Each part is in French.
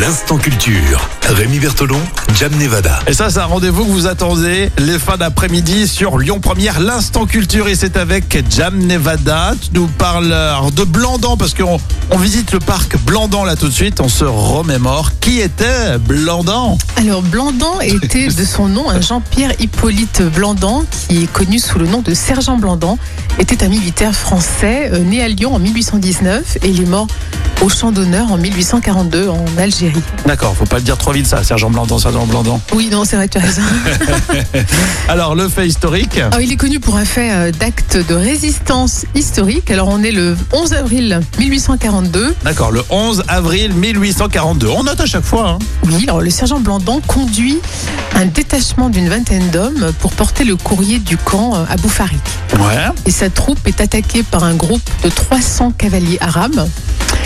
L'instant culture. Rémi Bertolon, Jam Nevada. Et ça, c'est un rendez-vous que vous attendez les fins d'après-midi sur Lyon Première, l'instant culture. Et c'est avec Jam Nevada. Tu nous parles alors, de Blandan parce qu'on on visite le parc Blandan là tout de suite. On se remémore qui était Blandan. Alors Blandan était de son nom un Jean-Pierre Hippolyte Blandan qui est connu sous le nom de sergent Blandan, était un militaire français euh, né à Lyon en 1819 et il est mort au Champ d'honneur en 1842 en Algérie. D'accord, faut pas le dire trop vite ça, Sergent Blandan, Sergent Blandan. Oui, non, c'est vrai, tu as raison. Alors, le fait historique. Alors, Ah, il est connu pour un fait euh, d'acte de résistance historique. Alors on est le 11 avril 1842 D'accord, le 11 avril 1842. On note à chaque fois. hein. Oui, alors le sergent Blandan conduit un détachement d'une vingtaine d'hommes pour porter le courrier du camp euh, à Boufarik. Ouais. Et sa troupe est attaquée par un groupe de 300 cavaliers arabes.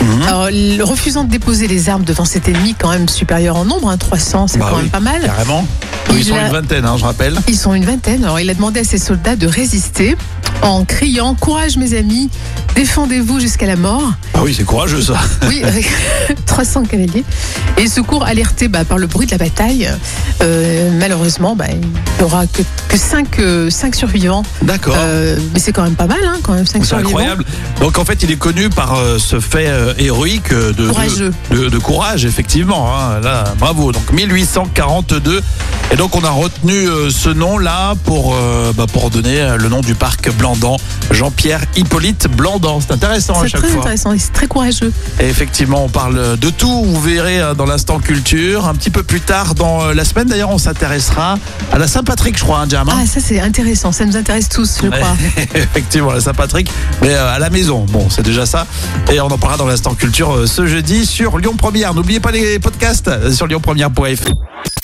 Mhm. Alors, le- refusant de déposer les armes devant cet ennemi quand même supérieur en nombre, hein, 300 c'est Bah quand oui. même pas mal, Carrément. Ils Il sont a- une vingtaine, hein, je rappelle. ils sont une vingtaine, alors il a demandé à ses soldats de résister en criant ⁇ Courage mes amis, défendez-vous jusqu'à la mort !⁇ Ah oui, c'est courageux ça. Oui, avec 300 cavaliers. Et le secours alerté bah, par le bruit de la bataille, euh, malheureusement, bah, il n'y aura que, que 5, survivants. D'accord. Euh, mais c'est quand même pas mal, hein, quand même, 5 Oh. C'est survivants. incroyable. Donc en fait, il est connu par euh, ce fait euh, héroïque euh, de, Courageux. de, de- de courage, effectivement. hein. Là, bravo. Donc 1842. Et donc on a retenu euh, ce nom-là pour euh, bah, pour donner euh, le nom du parc Blandan, Jean-Pierre Hippolyte Blandan. C'est intéressant à C'est chaque très fois. intéressant et c'est très courageux. Et effectivement, on parle de tout. Vous verrez euh, dans l'instant culture un petit peu plus tard dans euh, la semaine. D'ailleurs, on s'intéressera à la Saint-Patrick, je crois, hein, Jam. hein. Ah, ça c'est intéressant, ça nous intéresse tous, je Ouais. crois. Effectivement, la Saint-Patrick, mais euh, à la maison. Bon, c'est déjà ça. Et on en parlera dans l'instant culture euh, ce jeudi sur Lyon Première. N'oubliez pas les podcasts euh, sur lyonpremière.fr.